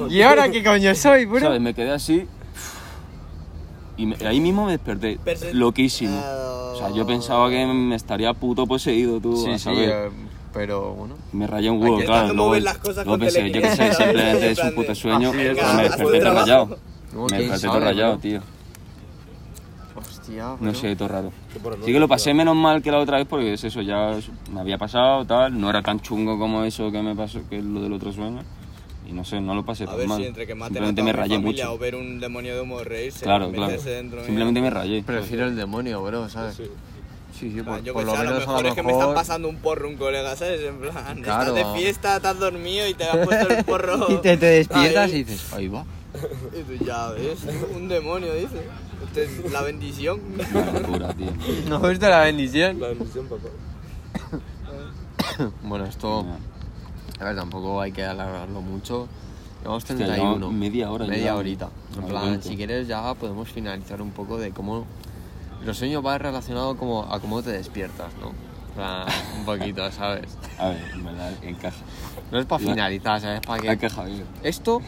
¿Y ahora qué coño soy, bro?
sabes me quedé así y me- ahí mismo me desperté loquísimo O sea, yo pensaba que me estaría puto poseído, tú.
Sí,
a
sí,
saber.
eh, pero bueno.
Me rayé un huevo,
Aquí
claro.
no
luego-
mover las cosas
luego
con
pensé, yo qué sé,
telequinesis,
simplemente
¿sabes?
es un puto
Así
sueño.
es,
pero
claro,
me
haz tu
desperté todo
trabajo.
rayado.
No,
Me
quién
desperté todo
sabe,
rayado,
bro.
tío.
Hostia, bro.
No sé, todo raro.
por la
Sí que lo pasé menos mal que la otra vez porque es eso, ya es- me había pasado, tal. No era tan chungo como eso que me pasó, que es lo del otro sueño. Y no sé, no lo pasé
A
tan
ver
mal.
si entre que maten a
Simplemente
toda
me
mi
rayé
familia
mucho.
o ver un demonio de humo reírse,
Claro, claro.
meterse dentro mío.
Simplemente me rayé.
Prefiero el demonio, bro, ¿sabes? Sí, sí,
En plan,
por,
yo
por
que
lo
sé, a lo
menos
mejor es que me están pasando un porro un colega, ¿sabes? En plan,
Claro.
estás de fiesta, estás dormido y te has puesto el porro.
Y te, te despiertas
ahí.
y dices, ahí va.
Y tú ya ves, un demonio, dice. Esta es la bendición.
Una locura, tío.
¿No viste la bendición?
La bendición, papá.
Bueno, esto... A ver, tampoco hay que alargarlo mucho. Llevamos
Hostia,
31.
llevamos media hora
Media
ya.
horita. En
Al
plan,
punto.
si quieres ya podemos finalizar un poco de cómo... Los sueños va relacionado como a cómo te despiertas, ¿no? En plan, un poquito, ¿sabes?
A ver, en verdad, encaja.
No es para
La-
finalizar, ¿sabes? Para que...
Encaja bien.
Esto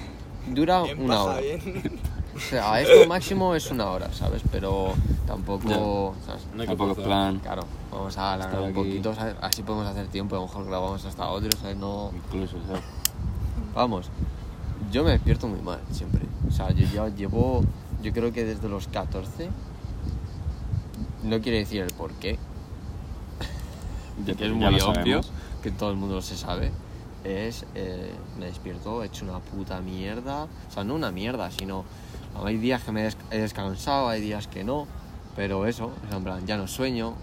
dura
Bien
una
pasa,
hora.
bien.
O sea, esto máximo es una hora, ¿sabes? Pero tampoco... ¿sabes?
No hay que
Tampoco es
forzar.
plan.
Claro, vamos a alargar un
Estar aquí.
poquito, ¿sabes? así podemos hacer tiempo, a lo mejor grabamos hasta otro, ¿sabes? No...
Incluso, ¿sabes?
Vamos, yo me despierto muy mal siempre. O sea, yo ya llevo, yo creo que desde los 14, no quiere decir el por qué,
Ya-
que es
pues ya
muy
lo
obvio,
sabemos.
que todo el mundo lo se sabe, es eh, me despierto hecho una puta mierda, o sea, no una mierda, sino hay días que me des- he descansado, hay días que no, pero eso, o sea, en plan, ya no sueño,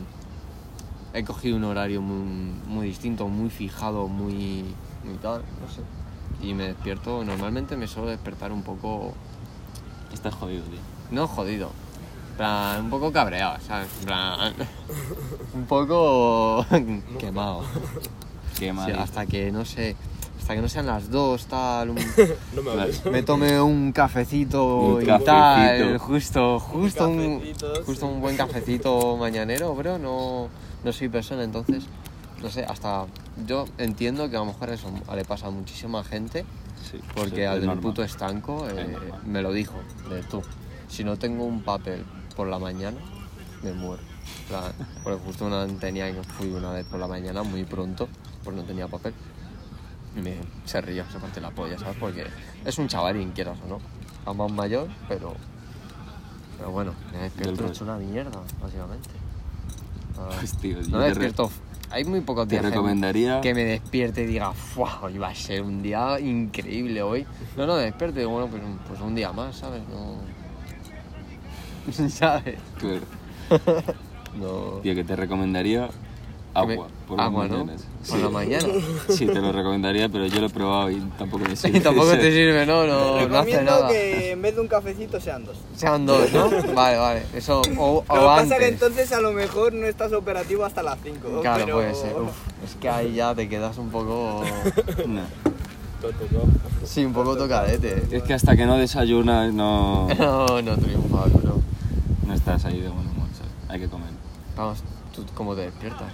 mm, he cogido un horario muy, muy distinto, muy fijado, muy, muy tal, no sé, y me despierto, normalmente me suelo despertar un poco,
Estás jodido, tío.
no jodido, en plan, un poco cabreado, ¿sabes? En plan, un poco quemado.
Qué mal.
Sí,
tío.
hasta que no sé, hasta que no sean las dos, tal, un-
No me hables.
me tome un cafecito
Un
y
cafecito.
tal, justo, justo un,
cafecito,
justo un buen cafecito mañanero, bro, no, no soy persona, entonces, no sé, hasta yo entiendo que a lo mejor eso le pasa a muchísima gente,
Sí,
porque
sí, es
al del
normal.
puto estanco eh,
Es normal.
me lo dijo, de tú, si no tengo un papel por la mañana, me muero. En plan, Porque justo una tenía que fui una vez por la mañana, muy pronto, pues no tenía papel. Y me, se ría, se parte la polla, ¿sabes? Porque es un chavalín, quieras o no. A más mayor, pero. Pero bueno, me despierto
rollo.
hecho una mierda, básicamente. Ah,
Pues, tío, yo
no me
te re-
despierto. Hay muy pocos
Te
días en-
recomendaría.
que me despierte y diga, ¡fuah! Hoy va a ser un día increíble hoy. No, no, me despierto y digo, bueno, pues, un- pues un día más, ¿sabes? No. ¿Sabes?
Claro.
No.
Tío, que te recomendaría
Que me-
agua. Por las
agua, ¿no?
mañanas.
Por la mañana.
Sí, te lo recomendaría, pero yo lo he probado y tampoco me sirve.
Y tampoco te sirve, ¿no? No, no hace
Recomiendo
nada.
que en vez de un cafecito sean dos.
Sean dos, ¿no? Vale, vale. Eso, o,
Lo que
o
pasa
antes.
que entonces a lo mejor no estás operativo hasta las 5.
Claro,
pero...
puede ser. Uf, es que ahí ya te quedas un poco.
No.
Tonto, no.
Sí, un poco tocadete.
Es que hasta que no desayunas no,
No, no triunfa, bro.
no estás ahí de buen humor, ¿sabes? Hay que comer.
Vamos, ¿tú cómo te despiertas?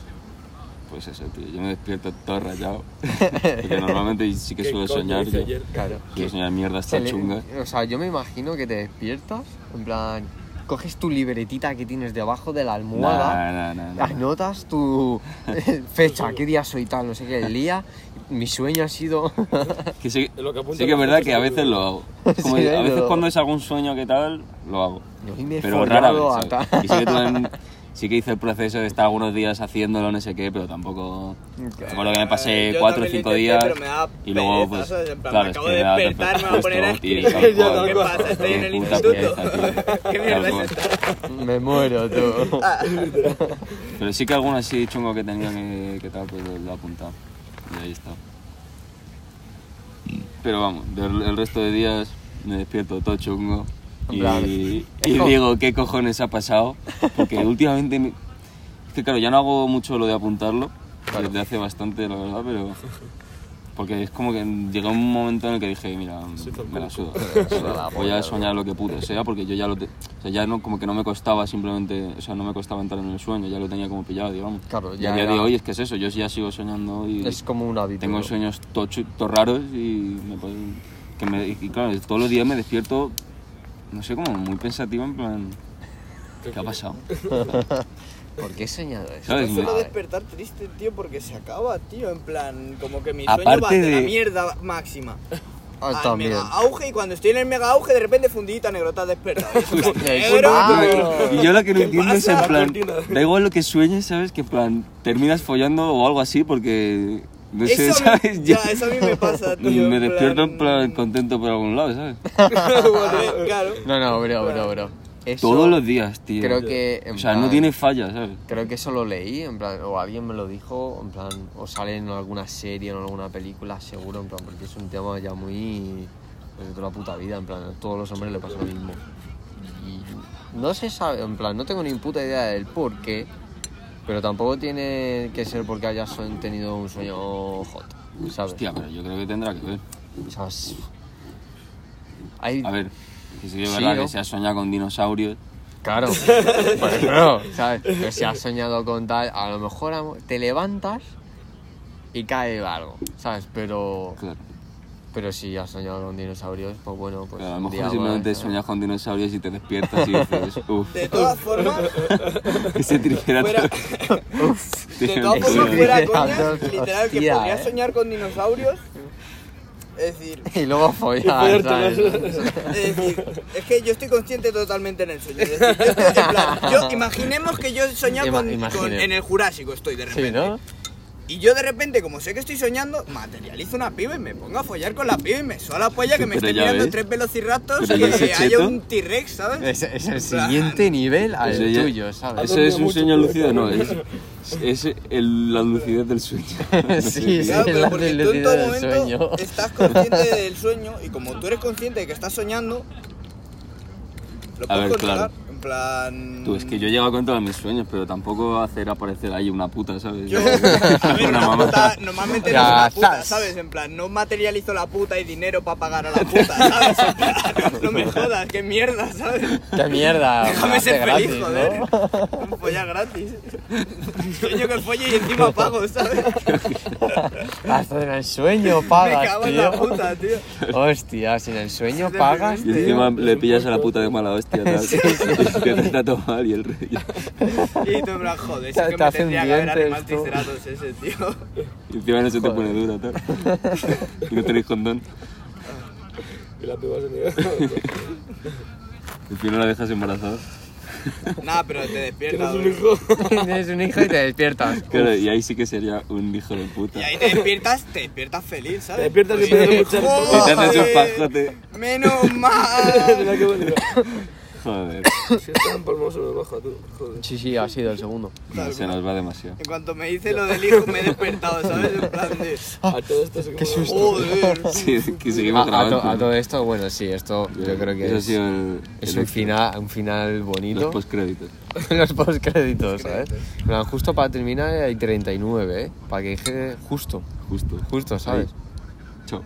Pues eso, tío. Yo me despierto todo rayado. Porque normalmente sí que
¿Qué
suelo
coño
soñar.
hice
yo-
ayer?
Claro.
Suelo soñar mierdas
Se
tan
le-
chungas.
O sea, yo me imagino que te despiertas, en plan, coges tu libretita que tienes debajo de la almohada,
No, no, no, no.
anotas tu eh, fecha, qué día soy tal, no sé qué, el día. Mi sueño ha sido...
Que sí,
Lo que apunta
sí que es
la
verdad
gente
que a
es
veces lo hago. Como
Sí,
a veces
lo-
cuando es algún sueño que tal, lo hago.
Y hoy me he
Pero rara vez.
follado a
¿sabes?
tal.
Y sí que, tuve- sí que hice el proceso de estar algunos días haciéndolo, no sé qué, pero tampoco.
Claro.
Recuerdo que me pasé
Eh, Yo
cuatro o
también lo
cinco
intenté,
días.
pero me da
y luego,
pereza,
pues.
¿sabes? En plan,
claro,
me
es
acabo
que me
de
da
despertar, me voy a poner a
hostia,
escribir.
tal cual.
¿Qué pasa?
Estoy en el
Qué puta
instituto.
pereza, tío.
¿Qué mierda
Tal
es
cual.
Me muero, tú.
Pero sí que alguno así chungo que tenía que, que tal, pues lo, lo he apuntado. Y ahí está. Pero vamos, del- el resto de días me despierto todo chungo.
En
Y,
plan,
y
es como-
digo, ¿qué cojones ha pasado? Porque últimamente... me- Es que claro, ya no hago mucho lo de apuntarlo. Desde hace bastante, la verdad, pero... Porque es como que llegó un momento en el que dije, mira, me la suda. Voy a soñar lo que pude sea, porque yo ya lo... te- o sea, ya no, como que no me costaba simplemente... O sea, no me costaba entrar en el sueño, ya lo tenía como pillado, digamos.
Claro,
Y
ya
a día de
era-
hoy es que es eso, yo ya sigo soñando y...
Es como un hábito.
Tengo
¿no?
sueños to, chu- to raros y, me, ponen- que me- y claro, todos los días me despierto, no sé, como muy pensativo, en plan, ¿qué ha pasado?
¿Por qué he soñado Ah, eso?
¿Sabes?
Solo
Me-
despertar triste, tío, porque se acaba, tío. En plan, como que mi sueño va
Aparte
de... la
de-
mierda máxima.
Ah,
al
también.
mega auge y cuando estoy en el mega auge de repente fundita negro te has despertado.
Negro.
Yo- Y yo lo que no
¿Qué
entiendo es en
pasa?
plan,
Cortina.
da igual lo que sueñes, ¿sabes? Que en plan, terminas follando o algo así porque, no sé,
Eso a mí-
¿sabes?
ya,
Yo-
eso a mí me pasa, tío.
me
en
despierto en plan contento por algún lado, ¿sabes?
Vale, claro.
No, no, bro, bro, bro. Eso
Todos los días, tío.
Creo que. en
O sea, no
plan,
tiene falla, ¿sabes?
Creo que eso lo leí, en plan, o alguien me lo dijo, en plan, o sale en alguna serie, en alguna película, seguro, en plan, porque es un tema ya muy. pues, de toda la puta vida, en plan, a todos los hombres le pasa lo mismo. Y no se sabe, en plan, no tengo ni puta idea del por qué, pero tampoco tiene que ser porque hayas son- tenido un sueño hot, ¿sabes?
Hostia, pero yo creo que tendrá que ver.
O sea, es- hay-
A ver, que sí que es
Sí,
verdad
¿no?
que se ha soñado con dinosaurios.
Claro, pues no, ¿sabes? Pero si has soñado con tal, a lo mejor am- te levantas y cae algo, ¿sabes? Pero,
Claro.
pero si has soñado con dinosaurios, pues bueno, pues.
Pero a lo
un
mejor
día
simplemente
más,
soñas con dinosaurios y te despiertas y dices, uff,
De todas formas,
ese
fuera,
triceratops. tío,
de todas
me
formas,
suena.
fuera
Sí,
coñas,
sí,
literal, que
hostia,
podría
eh.
soñar con dinosaurios. Es decir,
¿sabes? Y luego follar, ¿sabes?
es decir, es que yo estoy consciente totalmente en el sueño. Es decir, yo estoy en plan, yo- imaginemos que yo he soñado
Ima-
con-
imagine.
con, en el Jurásico, estoy de repente.
Sí, ¿no?
Y yo de repente, como sé que estoy soñando, materializo una piba y me pongo a follar con la piba y me suena la polla que me
Pero
esté
ya
mirando
ves.
tres velociraptors
Pero ya ese
que haya
cheto.
un T-Rex,
Es,
¿sabes?
es el
plan-
siguiente nivel al
Ese ya-
tuyo, ¿sabes?
¿Eso es un sueño lúcido? No, es, es el- la lucidez del sueño. No sé,
Sí,
tío.
Claro,
Es
pero
la
porque tú en todo
deslucidez
momento
del sueño.
estás consciente del sueño y como tú eres consciente de que estás soñando, lo
A
puedes
ver,
controlar.
claro.
En plan.
Tú, es que yo he llegado a controlar mis sueños, pero tampoco hacer aparecer ahí una puta, ¿sabes?
Yo, a ver,
una
una
mamá.
puta, normalmente no
Ya,
es una puta,
zas.
¿sabes? En plan, no materializo la puta y dinero para pagar a la puta, ¿sabes? En plan, No me jodas, qué mierda, ¿sabes?
¡Qué mierda!
Déjame ser
Ah, Hace
feliz, joder.
¿no?
Un Folla gratis. Sueño que folle y encima pago, ¿sabes?
Hasta en el sueño
Me
pagas,
cago en
tío.
la puta, tío.
Hostia, si en el sueño
Es de
pagas,
Y
tío.
encima le pillas a la puta de mala hostia, tal. Y te está todo mal y el rey.
Y tú, en plan, joder, si
Te-
es que
te
me
hacen
tendría que haber
dientes,
animado el
tú.
triceratops ese, tío.
Y encima no se te pone dura, tal. Y no tenéis condón.
Y la piba se niega.
Y al final la dejas embarazada.
Nada, pero te despiertas.
Tienes un
bro.
hijo.
Tienes un hijo y te despiertas.
Claro, y ahí sí que sería un hijo de puta.
Y ahí te despiertas, te despiertas feliz, ¿sabes? Pues
Te despiertas y
Sí.
empiezas a escuchar
¡Joder!
Y te haces un pajote.
Menos mal.
Mira qué bonito.
Joder,
Si es tan palmoso me baja tú. Joder.
Sí, sí, ha sido el segundo.
no, se nos va demasiado.
En cuanto me dice lo del hijo me he despertado, ¿sabes? En plan de...
A todo esto se
qué susto.
Joder.
Sí, que
A,
seguimos
a
grabando.
to- a todo esto, bueno, sí, esto yo creo que
Eso ha
es,
sido el,
es
el
un,
extra.
final, un final bonito.
Los postcréditos.
Los postcréditos, ¿sabes? En plan, justo para terminar hay 39, ¿eh? Para que dije justo,
Justo.
justo, ¿sabes?
Chao.